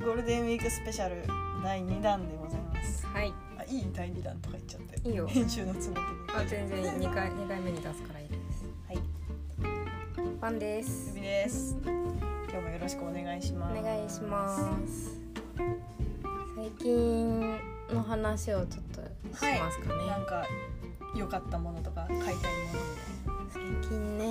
クスペシャル第2弾でございますはいあいい第2弾とか言っちゃっていいよ編集のつもりあ全然二回二回目に出すからいいですはいパンですゆびです今日もよろしくお願いしますお願いします最近の話をちょっとしますかね、なんか良かったものとか買いたいも最近ね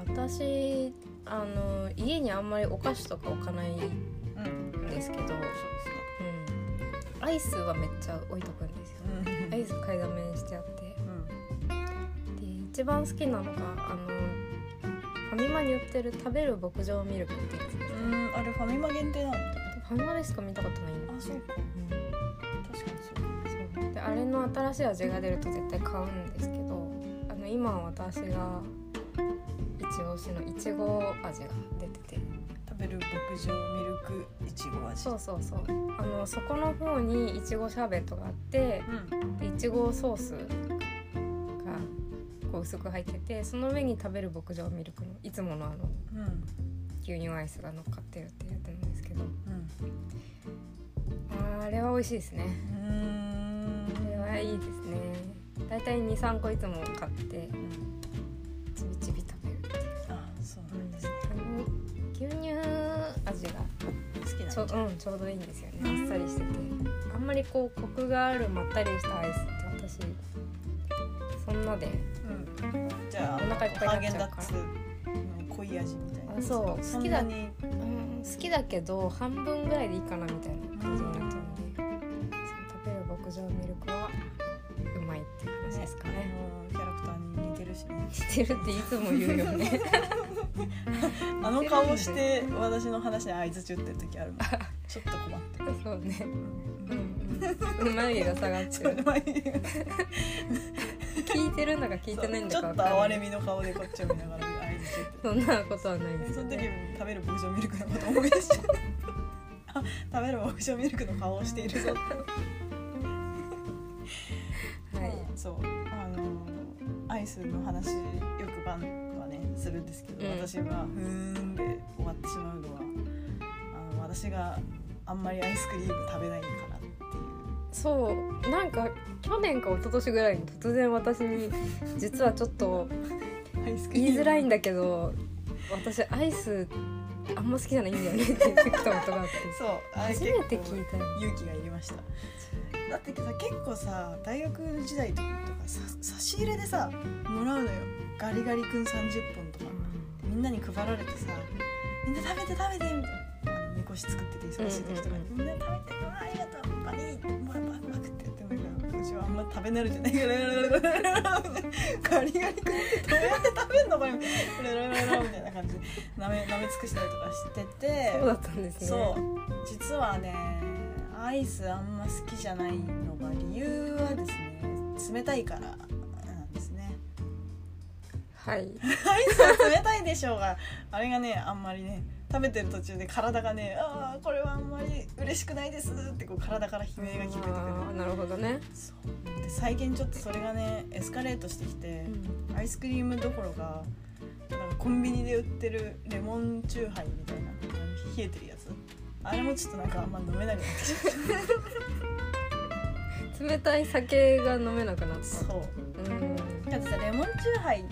なんか私あの家にあんまりお菓子とか置かないんのみたいなうんですけど、そううん、アイスはめっちゃ置いとくんですよですねアイス買いだめにしちゃってで一番好きなのがあのファミマに売ってる食べる牧場ミルクってやつですうん、うん、あれファミマ限定なのファミマでしか見たことないんだあそうか確かにそううんそうであれの新しい味が出ると絶対買うんですけどあの今私が一押しのいちご味が出てて食べる牧場ミルクいちご味そうそうそうあのそこの方にいちごシャーベットがあってうんでいちごソースがこう薄く入っててその上に食べる牧場ミルクのいつものあのうん牛乳アイスが乗っかってるってやつなんですけどうんあーあれは美味しいですねうーあれんはいいですねだいたい23個いつも買ってちびちび食べるっていうあそうなんですねあの牛乳味が好きなんちょ,、うん、ちょうどいいんですよねあっさりしててあんまりこうコクがあるまったりしたアイスって私そんなでうん、じゃあお腹いっぱいになっちゃハーゲンダうからッツの濃い味みたいなあそう好好ききだだにうん好きだけど半分ぐらいでいいかなみたいな感じになっちゃうんでそう食べる牧場ミルクはうまいって話ですかねうんキャラクターに似てるしね似てるっていつも言うよね あの顔して私の話に相づち打ってる時あ るもんちょっと困ってるそうね うんうんうん眉毛が下がってそれる前に聞いてるんだか聞いてないんちだょっとかわか哀んれないみの顔でこっちを見ながら相づち打って そんなことはないでえすそよの時ね食べる牧場ミルクのこと思い出しちゃうあ食べる牧場ミルクの顔をしているぞはいそうあのアイスの話よくバンドはねするんですけど、うん私は「ふーん」で終わってしまうのはあの私があんまりアイスクリーム食べないからっていうそうなんか去年か一昨年ぐらいに突然私に「実はちょっとアイスクリー言ムいづらいんだけど私アイスあんま好きじゃないんだよね」って言ってきたことがあってそうあれ初結めて構聞いたよ勇気がいりましただってさ結構さ大学時代とかさ差し入れでさもらうのよガリガリ君30本とかみんなに配られてさ「みんな食べて食べて」みたいなあのみこし作ってて忙しい時とかに「みんな食べてうわありがとうバリーもらばまくって」やってんだけどうちはあんま食べ 慣れてないから「ガリガリ君ってどうやって食べんのこれ」 みたいな感じでなめなめ尽くしたりとかしててそうだったんですねそう実はねアイスあんま好きじゃないのが理由はですね冷たいからなんですねはアいイスは冷たいでしょうがあれがねあんまりね食べてる途中で体がね「ああこれはあんまり嬉しくないです」ってこう体から悲鳴が聞こえてあーなるほどね、くるで最近ちょっとそれがねエスカレートしてきて、アイスクリームどころかなんかコンビニで売ってるレモンチューハイみたいなあの冷えてるやつあれもちょっとなんかあんま飲めなくなってきちゃっ冷たい酒が飲めなくなったたそううんだってさレモンチューハイ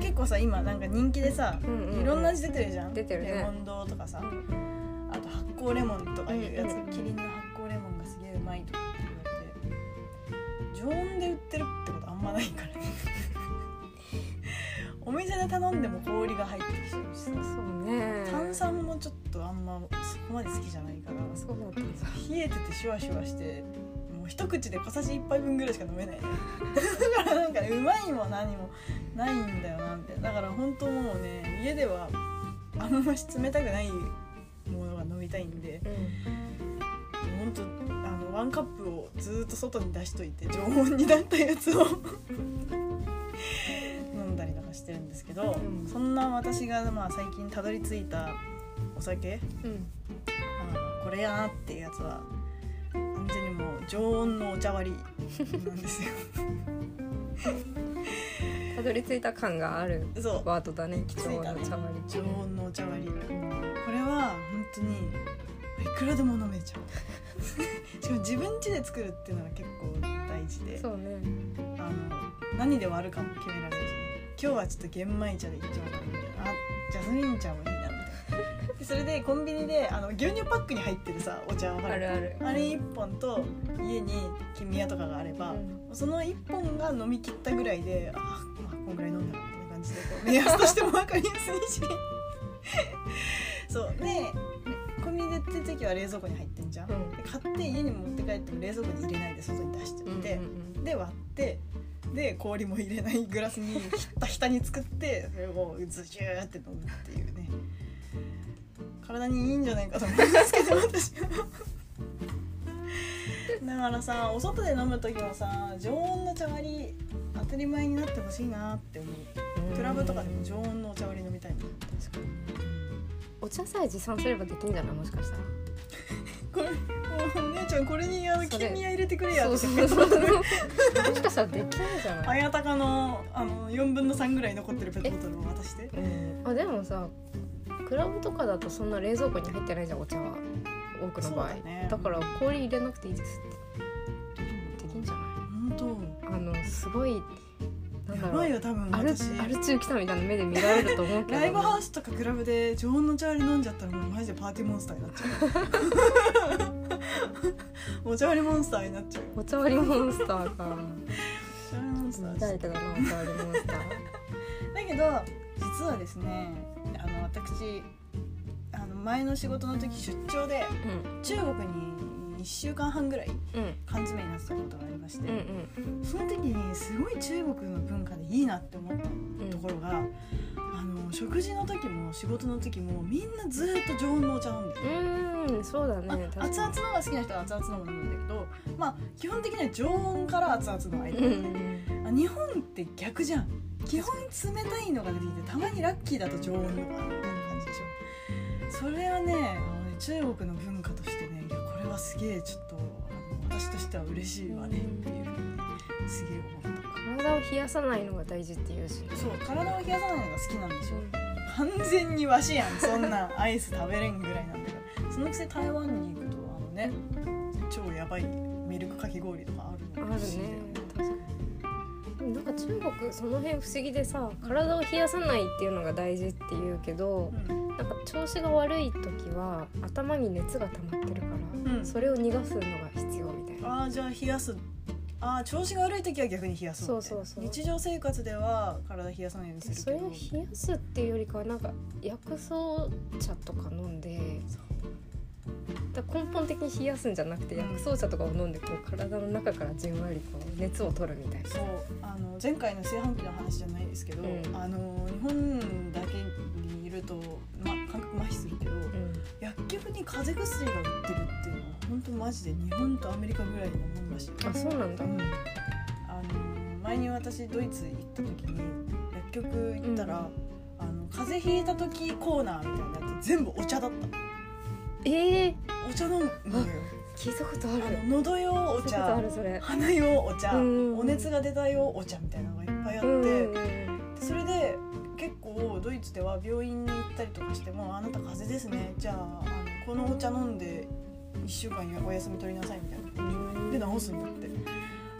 結構さ今なんか人気でさうんうんうんいろんな味出てるじゃん出てるねレモン堂とかさ、うんあと発酵レモンとかいうやつ、うんうんキリンの発酵レモンがすげえうまいとかって言われて常温で売ってるってことあんまないからね お店で頼んでも氷が入ってきちゃうしさそうね炭酸もちょっとあんまそこまで好きじゃないからそうだったんだ冷えててシュワシュワしてもう一口で小さじ1杯分ぐらいしか飲めないのよだからなんかねうまいも何もないんだよなみたいなだから本当もうね家ではあんまし冷たくないものが飲みたいんでうん本当あのワンカップをずーっと外に出しといて常温になったやつを 飲んだりとかしてるんですけど、うんそんな私がまあ最近たどり着いたお酒うんあーこれやなっていうやつは完全に もう常温のお茶割りなんですよたどり着いた感があるそうワードだね貴重な着い茶た割り常温のお茶割りこうんれは本当にいくらでも飲めちゃう しかも自分家で作るっていうのが結構大事でそうねあの何で割るかも決められるし今日はちょっと玄米茶で一丁だみたいなあジャスミン茶もいいなみた いなでそれでコンビニであの牛乳パックに入ってるさお茶わかあるあるあれ1本と家に金宮とかがあれば、うんその1本が飲み切ったぐらいであーまあこんぐらい飲んだなみたいな感じでこう目安としても分かりやすいしそうでコンビニで売ってる時は冷蔵庫に入ってんじゃん、うんで買って家に持って帰っても冷蔵庫に入れないで外に出しておいて、うんうんうんで割ってで氷も入れないグラスにひったひたに作ってそれをズシューって飲むっていうね体にいいんじゃないかと思いますけど私は。だからさお外で飲む時はさ常温の茶割り当たり前になってほしいなって思うクラブとかでも常温のお茶割り飲みたいもん確かにお茶さえ持参すればできんじゃないもしかしたらこれもうお姉ちゃんこれにあのそれ金宮入れてくれやとかそうそう そうもしかしたらできんじゃない、綾鷹のあの4分の3ぐらい残ってるペットボトルを渡してうん、あでもさクラブとかだとそんな冷蔵庫に入ってないじゃんお茶は多くの場合そうだねから氷入れなくていいですってできんじゃな本当いあのすごいなんだやろばいうよ多分アル私アル中来たみたいな目で見られると思うけどライブハウスとかクラブで常温の茶割り飲んじゃったらもうマジでパーティーモンスターになっちゃ うお茶割りモンスターになっちゃうお茶割りモンスターかお茶割りモンスタ見ーただいけどなお茶割りモンスターけど実はですねあの私あの前の仕事の時出張で中国に1週間半ぐらいうんうん缶詰になってたことがありまして、うんその時にすごい中国の文化でいいなって思ったうんところが、あの食事の時も仕事の時もみんなずっと常温のお茶飲んでるうんそうだねあ確かに熱々のが好きな人は熱々のも飲むんだけど、まあ、基本的には常温から熱々の間、うんあ日本って逆じゃん基本冷たいのが出てきてたまにラッキーだと常温のがみたいな感じでしょそれはねあのね中国の文化としてねいやこれはすげえちょっとあの私としては嬉しいわねっていうふうにすげえ思った体を冷やさないのが大事っていうしそう体を冷やさないのが好きなんでしょ完全にわしやんそんなんアイス食べれんぐらいなんだからそのくせ台湾に行くとあのね超やばいミルクかき氷とかあるあのる不ね思議だよ確かにでもなんか中国その辺不思議でさ体を冷やさないっていうのが大事っていうけどうんなんか調子が悪い時は頭に熱が溜まってるから、うんそれを逃がすのが必要みたいあなあじゃあ冷やすああ調子が悪い時は逆に冷やそうみたいなそうそうそう日常生活では体冷やさないようにするけどそれを冷やすっていうよりかはなんか薬草茶とか飲んでそうだから根本的に冷やすんじゃなくて薬草茶とかを飲んでこう体の中からじんわりこう熱を取るみたいな。そうあの前回の炊飯器の話じゃないですけど、うんあの日本だけにいると、まあ、感覚麻痺するけど、う薬局に風邪薬が売ってるっていうのは本当マジで日本とアメリカぐらいのもんらしいん、あそうなんだ。うんあの前に私ドイツ行った時に薬局行ったら、あの風邪ひいた時コーナーみたいなやつ全部お茶だったええお茶飲むのよ聞いたことあある。の喉用お聞いたことあ茶るそれ。鼻用お茶うんお熱が出た用お茶みたいなのがいっぱいあって、うんうんそれで結構ドイツでは病院に行ったりとかしても「あなた風邪ですねじゃああのこのお茶飲んで1週間お休み取りなさい」みたいなうんで治すんだって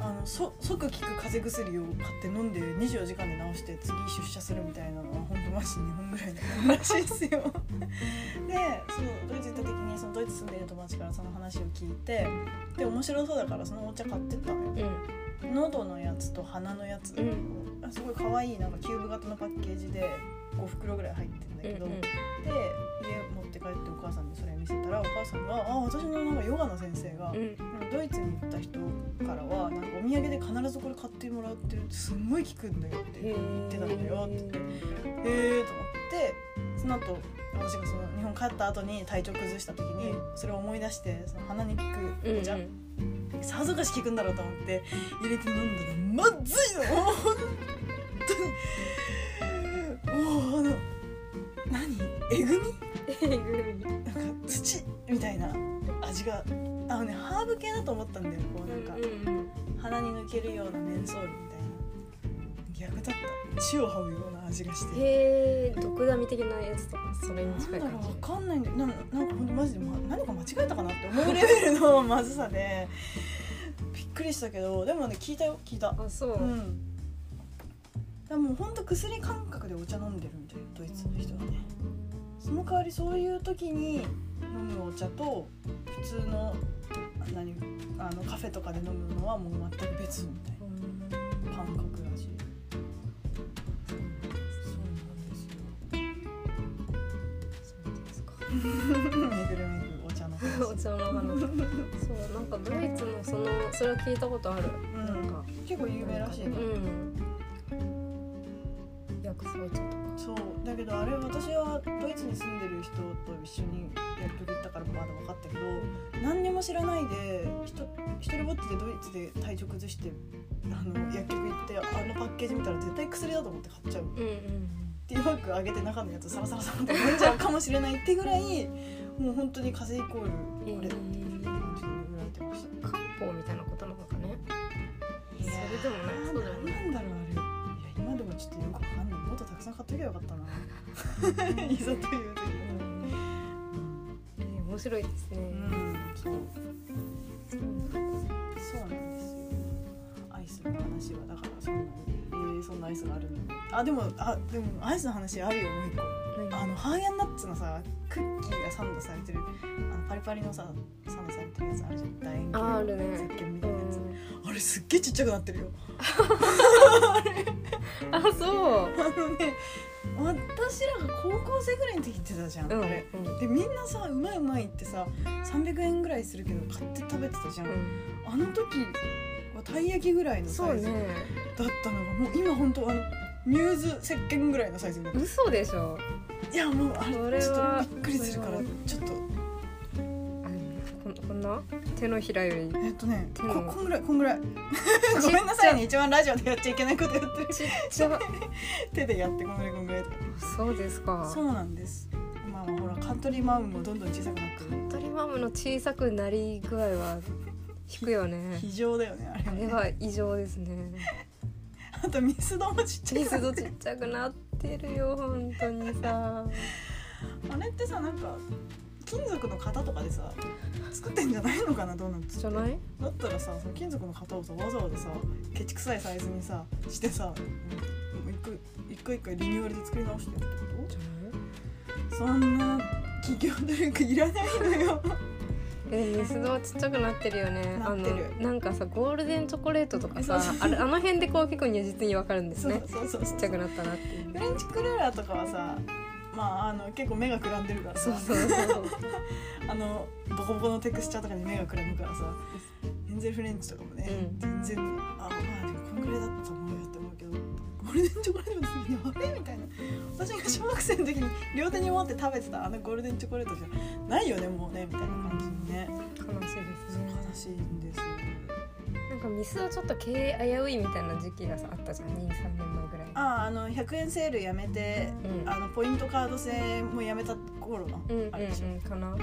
あのそ即効く風邪薬を買って飲んで24時間で治して次出社するみたいなのは本当マジ日本ぐらいの話ですよ でそうドイツ行った時にそのドイツ住んでいる友達からその話を聞いてで面白そうだからそのお茶買ってったのようん喉のやつと鼻のやつ、うんあすごい可愛いなんかキューブ型のパッケージで5袋ぐらい入ってるんだけど、うんうんで家持って帰ってお母さんにそれ見せたらお母さんが「あ私のなんかヨガの先生が、うんドイツに行った人からはなんかお土産で必ずこれ買ってもらってるってすんごい聞くんだよってへへーてたんだよって言ってえと思ってその後私がその日本帰った後に体調崩した時にうそれを思い出してその鼻に効うんうくんお茶、さぞかし効くんだろうと思って入れて飲んだらまずいのもう本当にもうあの何えぐみなんか土みたいな味があのねハーブ系だと思ったんだよこうなんかうんうん鼻に抜けるようなメンソールみたいな逆だった地を這うような味がしてへえ毒ダミ的なやつとかそれに近ないんだろ感う分かじんないんだなんなんかほんとマジで、ま、何か間違えたかなって思うレベルのまずさでびっくりしたけどでもね聞いたよ聞いたあそう、うんでもほんと薬感覚でお茶飲んでるみたいなドイツの人はねその代わりそういう時に飲むお茶と普通のあ何あのカフェとかで飲むのはもう全く別みたいうんな感覚らしいそうなんですよそうですかめぐるめぐるお茶の話お茶の花そうなんかドイツのそのそれを聞いたことある、んなんか結構有名らしいねうん薬草茶とかそうだけどあれ私はドイツに住んでる人と一緒にやって行ったからまだ分かったけど何にも知らないでひと一人ぼっちでドイツで体調崩してあの薬局行ってあのパッケージ見たら絶対薬だと思って買っちゃううんうんティーバッグ上げて中のやつサラサラサラって飲んじゃうかもしれないってぐらいもう本当に風邪イコールえこれってー感じで売られてました漢方みたいなことなのかねいやそれでもないそうでもななんだいろうあれいや今でもちょっとよくわかんないもっとたくさん買っときゃよかったな いざという時にえー面白いですね、うんそううんそうなんですよアイスの話はだからそんなにえー、そんなアイスがあるんだねあでもあでもアイスの話あるよもう一個あのハーゲンダッツのさクッキーがサンドされてるあのパリパリのさサンドされてるやつあるじゃん楕円形あーあのるね石鹸みたういなやつんあれすっげえちっちゃくなってるよああそうのね私らが高校生ぐらいの時行ってたじゃん、うんあれでみんなさうまいうまいってさ300円ぐらいするけど買って食べてたじゃん、うあの時はたい焼きぐらいのんそサうイズだっねたのが、もう今本当あのミューズ石鹸ぐらいのサイズになってる嘘でしょいやもうあそれれちょっはとびっくりするからそれちょっとあこんこんな手のひらよりえっとね手このこんぐらいこんぐらい ごめんなさいね一番ラジオでやっちゃいけないことやってるちっちゃ手でやってこんぐらいこんぐらいとかそうですかそうなんですまあまあほらカントリーマウンもどんどん小さくなってるトリマムの小さくなり具合は低いよね非常だよねあれあれは異常ですねあとミスドもちっちゃいミスドちっちゃくなってるよ本当にさあれってさなんか金属の型とかでさ作ってんじゃないのかなドーナツってじゃないだったらさその金属の型をさわざわざさケチくさいサイズにさしてさもう一個一個一個リニューアルで作り直してるってこじゃないとそんな企業努力いらないの よえミスドはちっちゃくなってるよねなってるあのなんかさゴールデンチョコレートとかさそうあれあの辺でこう結構如実にわかるんですそうねそうそうちそうっちゃくなったなっていうフレンチクルーラーとかはさまああの結構目がくらんでるからそさうそうそうあのボコボコのテクスチャーとかに目がくらむからさエンゼルフレンチとかもね、うん全然あまあでもこんぐらいだったと思うよって思うけどゴールデンチョコレートの時にやべえみたいな私が小学生の時に両手に持って食べてたあのゴールデンチョコレートじゃないよねもうねみたいな感じにね悲しいですね悲しいんですよなんかミスドちょっと経営危ういみたいな時期がさあったじゃん23年前ぐらいあああの100円セールやめてうんあのポイントカード制もやめた頃のうんうんあれでしょ、うんかなも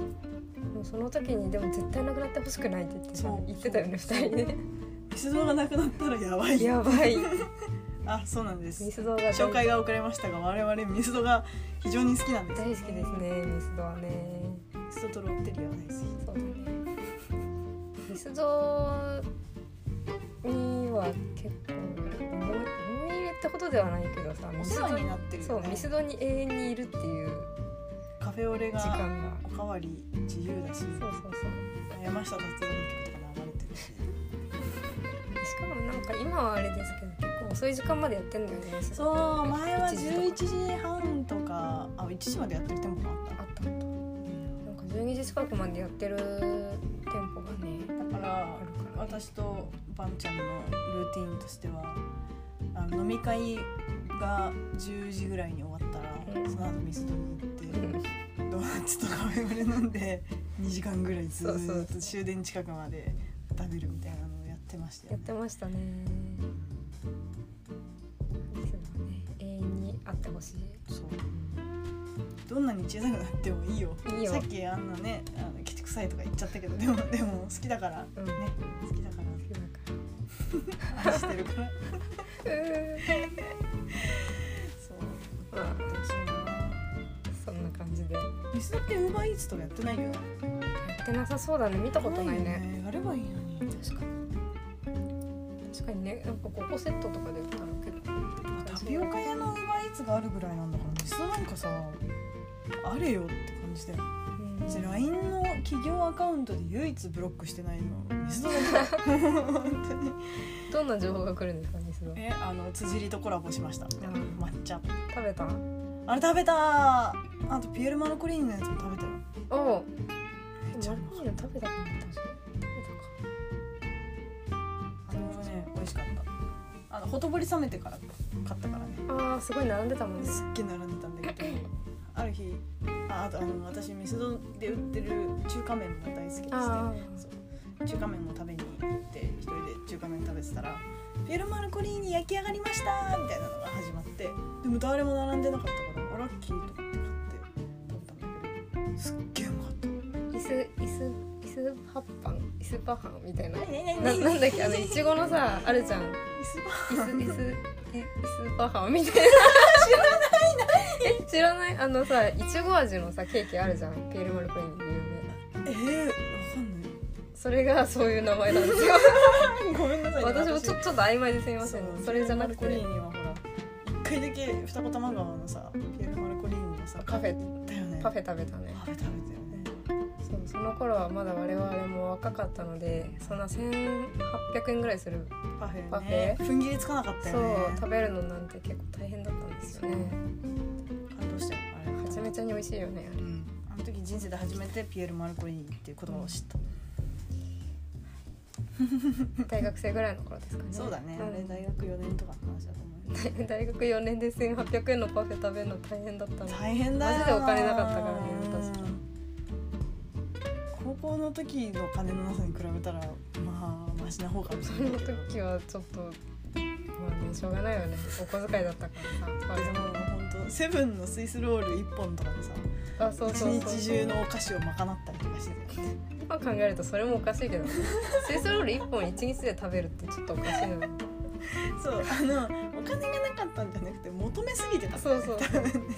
うその時にでも絶対なくなってほしくないって言ってさそう言ってたよねそう二 人ねミスドがなくなったらやばいやば いあそうなんですミスドが大紹介が遅れましたが我々ミスドが非常に好きなんです大好きですねミスドはねミスドとロッテリアは大好きそうだねミスドには結構思い思い入れってほどではないけどさおミ世ス話ドになってるそようねミスドに永遠にいるっていうカフェオレ時が間がおかわり自由だしそうそうそう山下達郎の曲とか流れてるししかもなんか今はあれですけど結構遅い時間までやってんだよねミスドそう前は11 11時半とかあ1時までやってる店舗もあったあったあったなんか12時近くまでやってる店舗がねだからあるから私とばんちゃんのルーティンとしてはあの飲み会が10時ぐらいに終わったうらんその後ミスドに行ってうんドーナツとカフェオレ飲んで2時間ぐらいずそうそーうっと終電近くまで食べるみたいなのをやってましたやよっねてましたねミスドはね永遠にあってほしいそうどんなに小さくなってもいいよいいよさっきあんなねあのケチくさいとか言っちゃったけどでもでも好きだからねうん好好きだかきだから愛してるからそうまあそうだなそんな感じでや水だってウーバーイーツとかやってないよねってなさそうだね見たことないねやればいいのに確かに確かにねなんか5個セットとかで売ったら結構まあタピオカ屋のウーバーイーツがあるぐらいなんだから水なんかさあれよって感じだようち LINE の企業アカウントで唯一ブロックしてないの水戸 だけだ本当にどんな情報が来るんですかねそれはえあの辻りとコラボしましたん抹茶食べたあれ食べたあとピエール・マルコリーニのやつも食べたよおおめっちゃうまかマっルコリーニ食べたかな私たあれはね美味しかったあのほとぼり冷めてから買ったからね食べたかあーすごい並んでたもんねすっげえ並んでたんだけ どある日ああとあの私ミスドで売ってる中華麺が大好きでしてあそう中華麺も食べに行って一人で中華麺食べてたら「ピエール・マルコリーニ焼き上がりました!」みたいなのが始まってでも誰も並んでなかったからあラッキーと思って買って食べたんだけどすっげえうまかった椅子椅子椅子葉っぱ椅子パハンみた いな何何ななんだっけあのいちごのさあるじゃん椅子椅子え椅子パハンみたいな知らない なえ知らないあのさいちご味のさケーキあるじゃんピエールマルコリーニで有名えー、なわかんないそれがそういう名前なん ですよごめんなさい、私もちょちょっと曖昧ですみませそんうそれじゃなくピエーてルマルコリーニはほら一回だけ二子玉川のさピエール・マルコリーニのさカフェ行ったよねパフェ食べたねパフェ食べたよねそうその頃はまだ我々も若かったのでそんな1800円ぐらいするパフェねパフェ踏ん切りつかなかったそよねう食べるのなんて結構大変だったんですよね感動したよあれはちゃめちゃに美味しいよねうんあの時人生で初めてピエール・マルコリーニっていう言葉を知った、あれ大学生ぐらいの頃ですかねそうだね、あれん大学4年とかの話だと思うよ大学4年で1800円のパフェ食べるの大変だったの大変だよマジでお金なかったからね私高校の時の金のなさに比べたらまあマシな方かもしそれのないけど時はちょっとまあねしょうがないよねお小遣いだったからさパフでもェ本当セブンのスイスロール1本とかでさあそう一そうそう日中のお菓子を賄ったりとかしてたよね今考えるとそれもおかしいけどねスイスロール1本1日で食べるってちょっとおかしい のよそうあのお金がなかったんじゃなくて求めすぎてたそうそう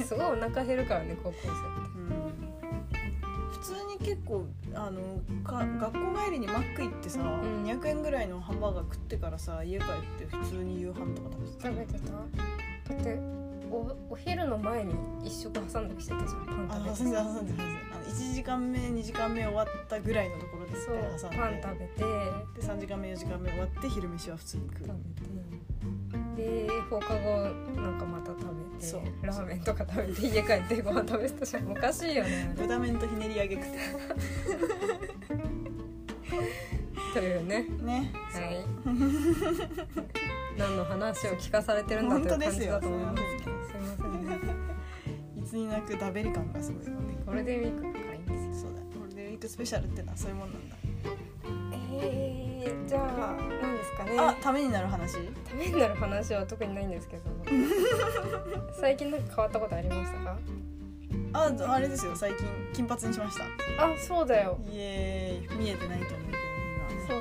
すごいお腹減るからね高校生ってうん普通に結構あのか学校帰りにマック行ってさ、ん200円ぐらいのハンバーガー食ってからさ家帰って普通に夕飯とか食べてた食べてただっておお昼の前に一食挟んだりしてたじゃんパあン挟食べんてで挟んで挟んであの1時間目2時間目終わったぐらいのところでそう挟んパンで食べてで3時間目4時間目終わって昼飯は普通に食う食べてで放課後なんかまた食べてそうラーメンとか食べて家帰ってご飯食べてたじゃんおかしいよ ねあれ豚麺とひねり揚げ食ってというねねはい何の話を聞かされてるんだと本いう当で感すじよだと思いますすいませんねいつになくダベリ感がすごいよねゴールデンウィークだからいいんですそようだゴールデンウィークスペシャルってのはそういうもんなんだ、えー、じゃあ何ですかねあためになる話ためになる話は特にないんですけど最近なんか変わったことありましたかああれですよ最近金髪にしましたあそうだよイエーイ見えてないと思うけど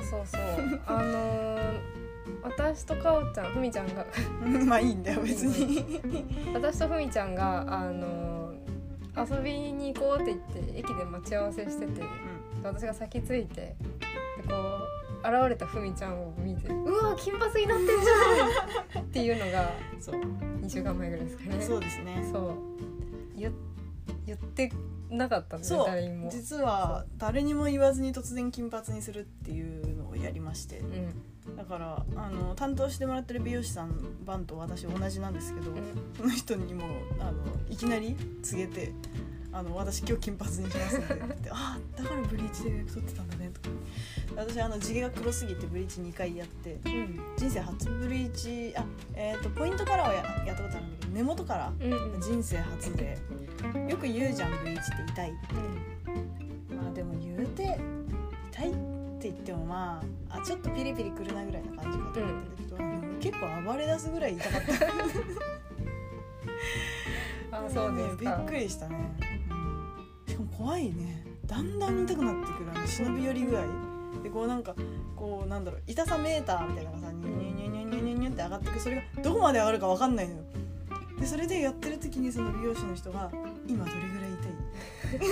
そうそうそうあのー私とかおちゃんふみちゃんが今 はねまあいいんだよ別に私とふみちゃんがあのー遊びに行こうって言って駅で待ち合わせしてて私が先着いてでこう現れたふみちゃんを見てうわ金髪になってんじゃんっていうのがうんそう2週間前ぐらいですかねそうですねそう言言ってなかったんだそう誰にも。実は誰にも言わずに突然金髪にするっていうのをやりましてうんうんだからあの担当してもらってる美容師さんバンと私同じなんですけどその人にもあのいきなり告げて「あの私今日金髪にしますんで」 って「あだからブリーチで撮ってたんだね」とか私あの地毛が黒すぎてブリーチ2回やってうん人生初ブリーチあえっ、とポイントカラーをややったことあるんだけど根元からうんうん人生初でよく言うじゃんブリーチって痛いまあでも言うて痛いって言ってもまああちょっとピリピリくるなぐらいな感じかと思ったんだけど、結構暴れ出すぐらい痛かったあそうですびっかく。りしたね、うんしかも怖いねだんだん痛くなってくるあの忍び寄り具合で5こうなんかこうなんだろう痛さメーターみたいなのがさニュニュニュニュニュニュニュって上がってくそれがどこまで上がるか分かんないのよでそれでやってる時にその美容師の人が「今どれぐらい痛い? 」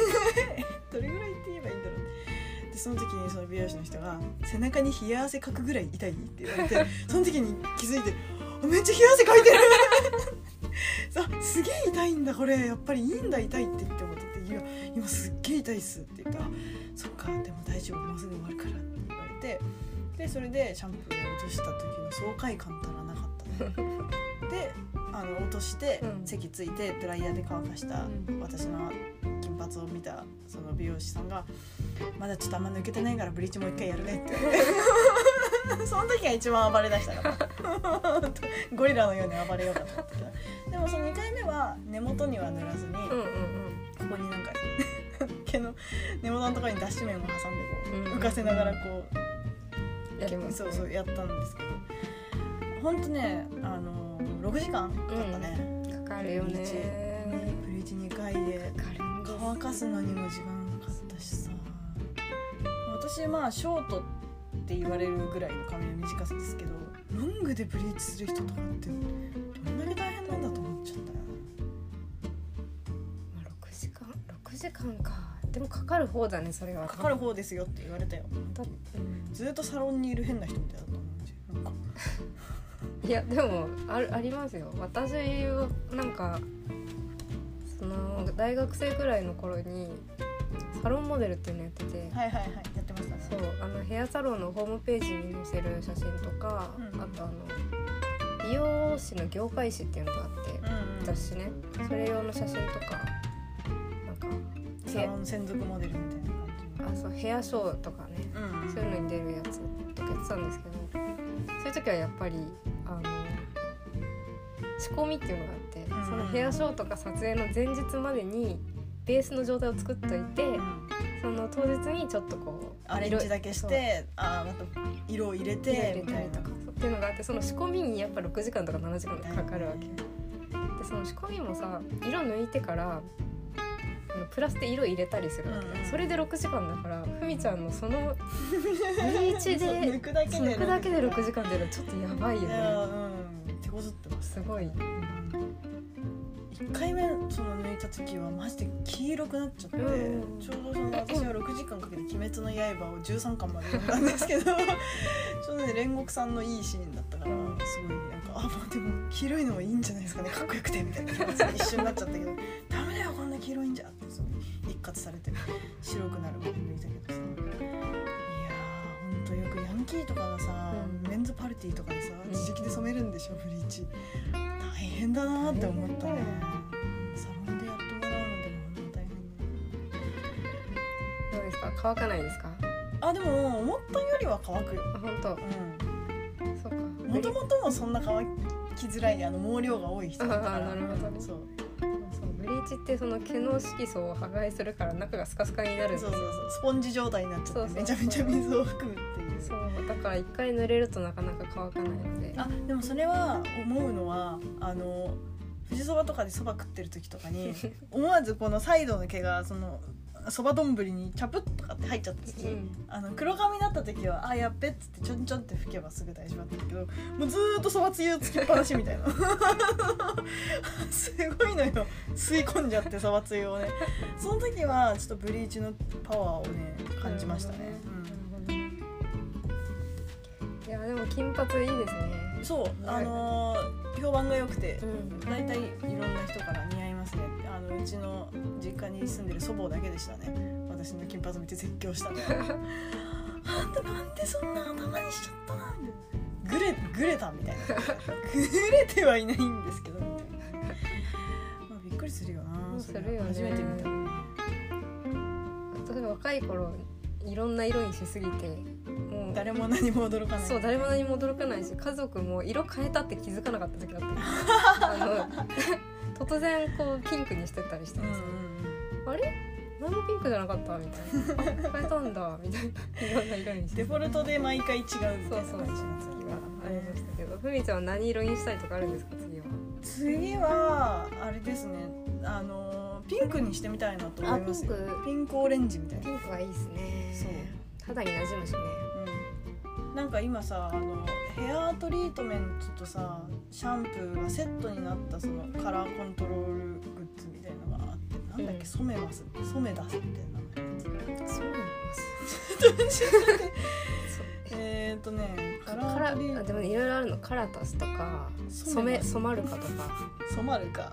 どれぐらいって 言えばいいんだろうでその時にその美容師の人が「背中に冷や汗かくぐらい痛い?」って言われてその時に気づいて「あめっちゃ冷や汗かいてる! さ」すげえ痛いんだこれやっぱりいいんだ痛いって言って思ってて「いや今すっげえ痛いっす」って言ったら「そっかでも大丈夫もうすぐ終わるから」って言われてでそれでシャンプーを落とした時の爽快感たらなかったのであの落として、うん席ついてドライヤーで乾かしたうん私の金髪を見たその美容師さんが「まだちょっとあんま抜けてないからブリーチもう一回やるね」って言われ てその時が一番暴れだしたからゴリラのように暴れようかと思ったけどでもその2回目は根元には塗らずに、うんうんここになんか 毛の根元のところに脱脂面を挟んでこうう浮んかせながらこうんやりうますそうそうやったんですけどほんとねあの6時間かかったね、かかるよねブリーチ2回でかかるんです乾かすのにも時間かかったしさ私まあショートって言われるぐらいの髪の短さですけどロングでブリーチする人とかってどんだけ大変なんだと思っちゃったよまあ六時間六時間かでもかかる方だねそれはかかる方ですよって言われたよだうんずっとサロンにいる変な人みたいだったもんうちなんかいやでもあるありますよ私はなんかその大学生くらいの頃にサロンモデルっていうのやってて、はいはいはいやってましたねそうあのヘアサロンのホームページに載せる写真とか、うんあとあの美容師の業界誌っていうのがあって、うん雑誌ねそれ用の写真とかなんかうんサロン専属モデルみたいな感じあそうヘアショーとかねうんうんそういうのに出るやつとかやってたんですけどそういう時はやっぱりあの仕込みっていうのがあって、んそのヘアショーとか撮影の前日までにベースの状態を作っといて、うんその当日にちょっとこうアレンジだけしてあーまた色を入れ色々て入れたりとかそうっていうのがあってその仕込みにやっぱ6時間とか7時間とかかかるわけ、でその仕込みもさ色抜いてからあのプラスで色入れたりするわけ、うんうんそれで6時間だからふみちゃんの そのブリーチそうで抜くだけで抜くだけで6時時間出るのちょっとやばいよいやねーうん手こずってますすごい1回目その抜いた時はマジで黄色くなっちゃって、うんちょうどその私は6時間かけて「鬼滅の刃」を13巻まで読んだんです けどちょうどね煉獄さんのいいシーンだったからすごいなんかあまあでも黄色いのもいいんじゃないですかねかっこよくてみたいな気持ちに一瞬なっちゃったけど「ダメだよこんな黄色いんじゃ」ってその一括されて白くなるまで抜いたけどさ。いやーほんとよくヤンキーとかがさ、うんメンズパルティーとかでさうん自力で染めるんでしょブリーチ大変だなって思ったねサロンでやってもらうのでも本当大変どうですか乾かないですかだあでも思ったよりは乾くよあ本当そうかもともともそんな乾きづらいあの毛量が多い人だからあーなるほどねそうそうブリーチってその毛の色素を破壊するから中がスカスカになるんですそようそうそうスポンジ状態になっちゃってそうそうめちゃめちゃ水を含むっていうそうだから一回濡れるとなかなか乾かないのであでもそれは思うのはあの富士そばとかでそば食ってる時とか に思わずこのサイドの毛がそのそば丼にチャプッとかって入っちゃった時、うんあの黒髪だった時は「あやっべ」っつってちょんちょんって拭けばすぐ大丈夫だったけどもうずーっとそばつゆつきっぱなしみたいな すごいのよ吸い込んじゃってそばつゆをねその時はちょっとブリーチのパワーをね感じましたね、いやでも金髪いいですねうんそうあのー評判が良くて、うん大体いろんな人から似合いますねってあのうちの実家に住んでる祖母だけでしたね私の金髪見て絶叫したのあんたなんでそんな頭にしちゃったのぐれぐれたみたいなぐれてはいないんですけどみたいな、まあ、びっくりするよなするよねそれは初めて見た私が若い頃いろんな色にしすぎてもう誰も何も驚かないそう誰も何も驚かないし家族も色変えたって気づかなかった時だったあの突然こうピンクにしてったりしてうんうんます、あれ何もピンクじゃなかったみたいなあ変えたんだみたいないろんな色にしうんてデフォルトで毎回違うみたいなそう感じそうのそう次がありましたけどふみちゃんは何色にしたいとかあるんですか次は次はあれですねあのーピンクにしてみたいなと思いますよあピンクピンクオレンジみたいなピンクはいいですねそう肌に馴染むしねうんなんか今さあのヘアトリートメントとさシャンプーがセットになったそのカラーコントロールグッズみたいのがあってなんだっうけんソメマスソメダスみたいな名前そうなんですえーっとねカカラーラトリーあでもねいろいろあるのカラタスとかソメ染め染まるかとかソマルカ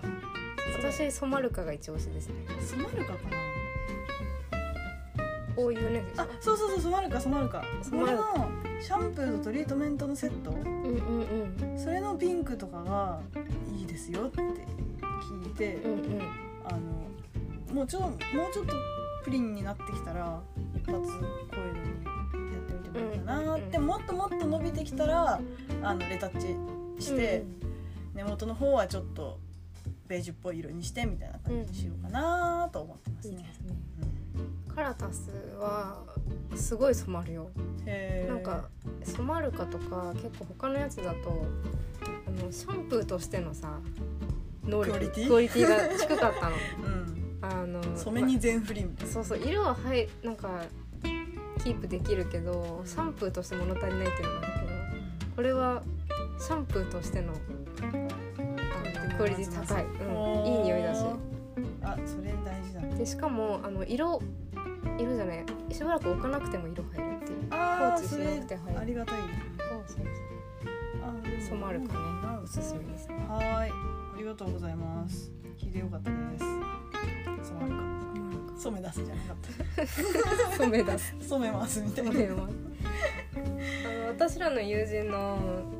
私染まるかが一押しですねソマルカかなこういうねあそうそうそうソマルカソマルカソこマれルのシャンプーとトリートメントのセットうんうんうんそれのピンクとかがいいですよって聞いて、うんうんあのもうちょもうちょっとプリンになってきたら一発こういうのにやってみてもいいかなって、うんもっともっと伸びてきたらあのレタッチして、根元の方はちょっとベージュっぽい色にしてみたいな感じにしようかなと思ってまうすんいいでね。すねカラタスはすごい染まるよへーなんか染まるかとか結構他のやつだとあのシャンプーとしてのさ能力クオリティが低 かったのうん、あの染めに全振りみたいなまあそうそう色ははいなんかキープできるけどシャンプーとして物足りないっていうのがあるけどこれはシャンプーとしてのあのクオリティ高い、うん、いい匂いだしあそれ大事だねでしかもあの色色じゃないしばらく置かなくても色入るっていう放あ置ーしそなれくて入あるりがたいねそうそうあーそう染まるかねおすすめですはーいありがとうございます聞いてよかったです染まるか染め出すじゃなかっ染め出すた 染めますみたいな染めますあの私らの友人の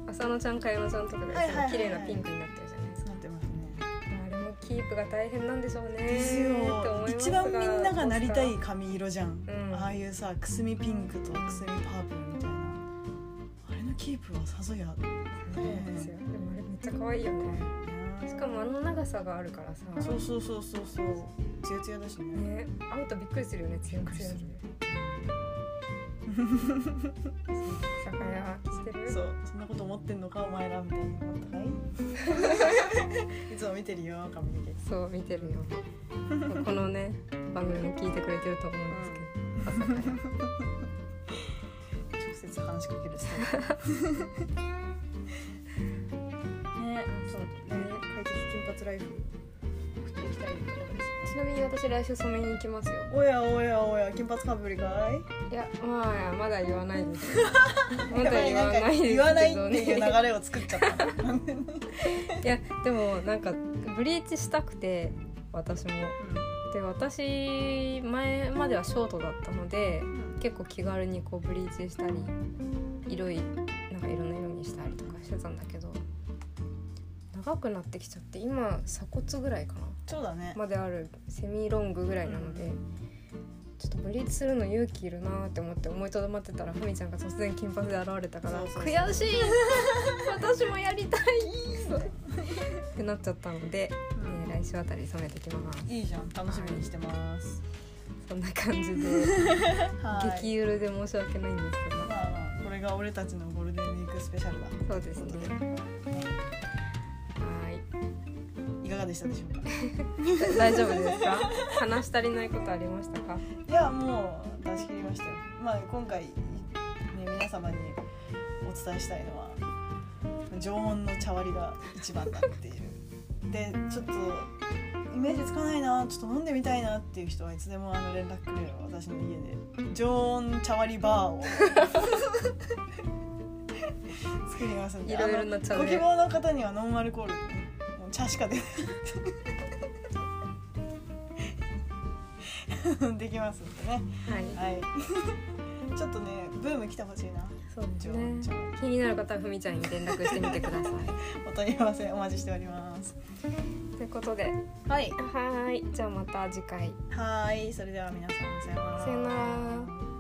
浅野ちゃん茅野ちゃんとかがいつはいはいはいはもい綺麗なピンクになってるじゃないですかなってますねあれもキープが大変なんでしょうねですよって思います一が番みんながなりたい髪色じゃん、うんああいうさくすみピンクとくすみパープルみたいなあれのキープはさぞやそうなんですよでもあれめっちゃ可愛いよねしかもあの長さがあるからさそうそうそうそうそうツヤツヤだしねね会うとびっくりするよね強くびっすくるりする酒屋してるそうそんなこと思ってんのかお前らみたいな思ったか いいつも見てるよ髪の毛そう見てるよこのね番組も聞いてくれてると思うんですけど、直接話しかけるスタイ ルねそうだね解決金髪ライフ送っていきたいところですちねなみに私来週染めに行きますよおやおやおや金髪かぶりかいいやまあまだ言わないです まやだばい言わなんなかいですけ言どわないねっていう流れを作っちゃ ったねいやでもなんかブリーチしたくて私もで私前まではショートだったので結構気軽にこうブリーチしたり色いなんかいろんな色にしたりとかしてたんだけど長くなってきちゃって今鎖骨ぐらいかなそうだねまであるセミロングぐらいなので、ちょっとブリーチするの勇気いるなーって思って思いとどまってたらふみちゃんが突然金髪で現れたからそうそうそう悔しい私もやりたいってなっちゃったので、えー来週あたり染めてきますいいじゃん楽しみにしてますそんな感じではい激ゆるで申し訳ないんですけどまあまあこれが俺たちのゴールデンウィークスペシャルだそうですねはいいかがでしたでしょ うか大丈夫ですか話し足りないことありましたかいやもう出し切りましたよまあ今回ね皆様にお伝えしたいのは常温の茶割りが一番だっていうでちょっとイメージつかないなちょっと飲んでみたいなっていう人はいつでもあの連絡くれれば私の家で常温茶割りバー を作りますんでいろいろな茶あでのご希望の方にはノンアルコールでねもう茶しか 出ないできますんでねはいはい。 ちょっとね、ブーム来てほしいな。そうですねじゃあ気になる方はふみちゃんに連絡してみてくださいお問い合わせお待ちしております。ということではい。はーいじゃあまた次回はい、それでは皆さん、さようならさよなら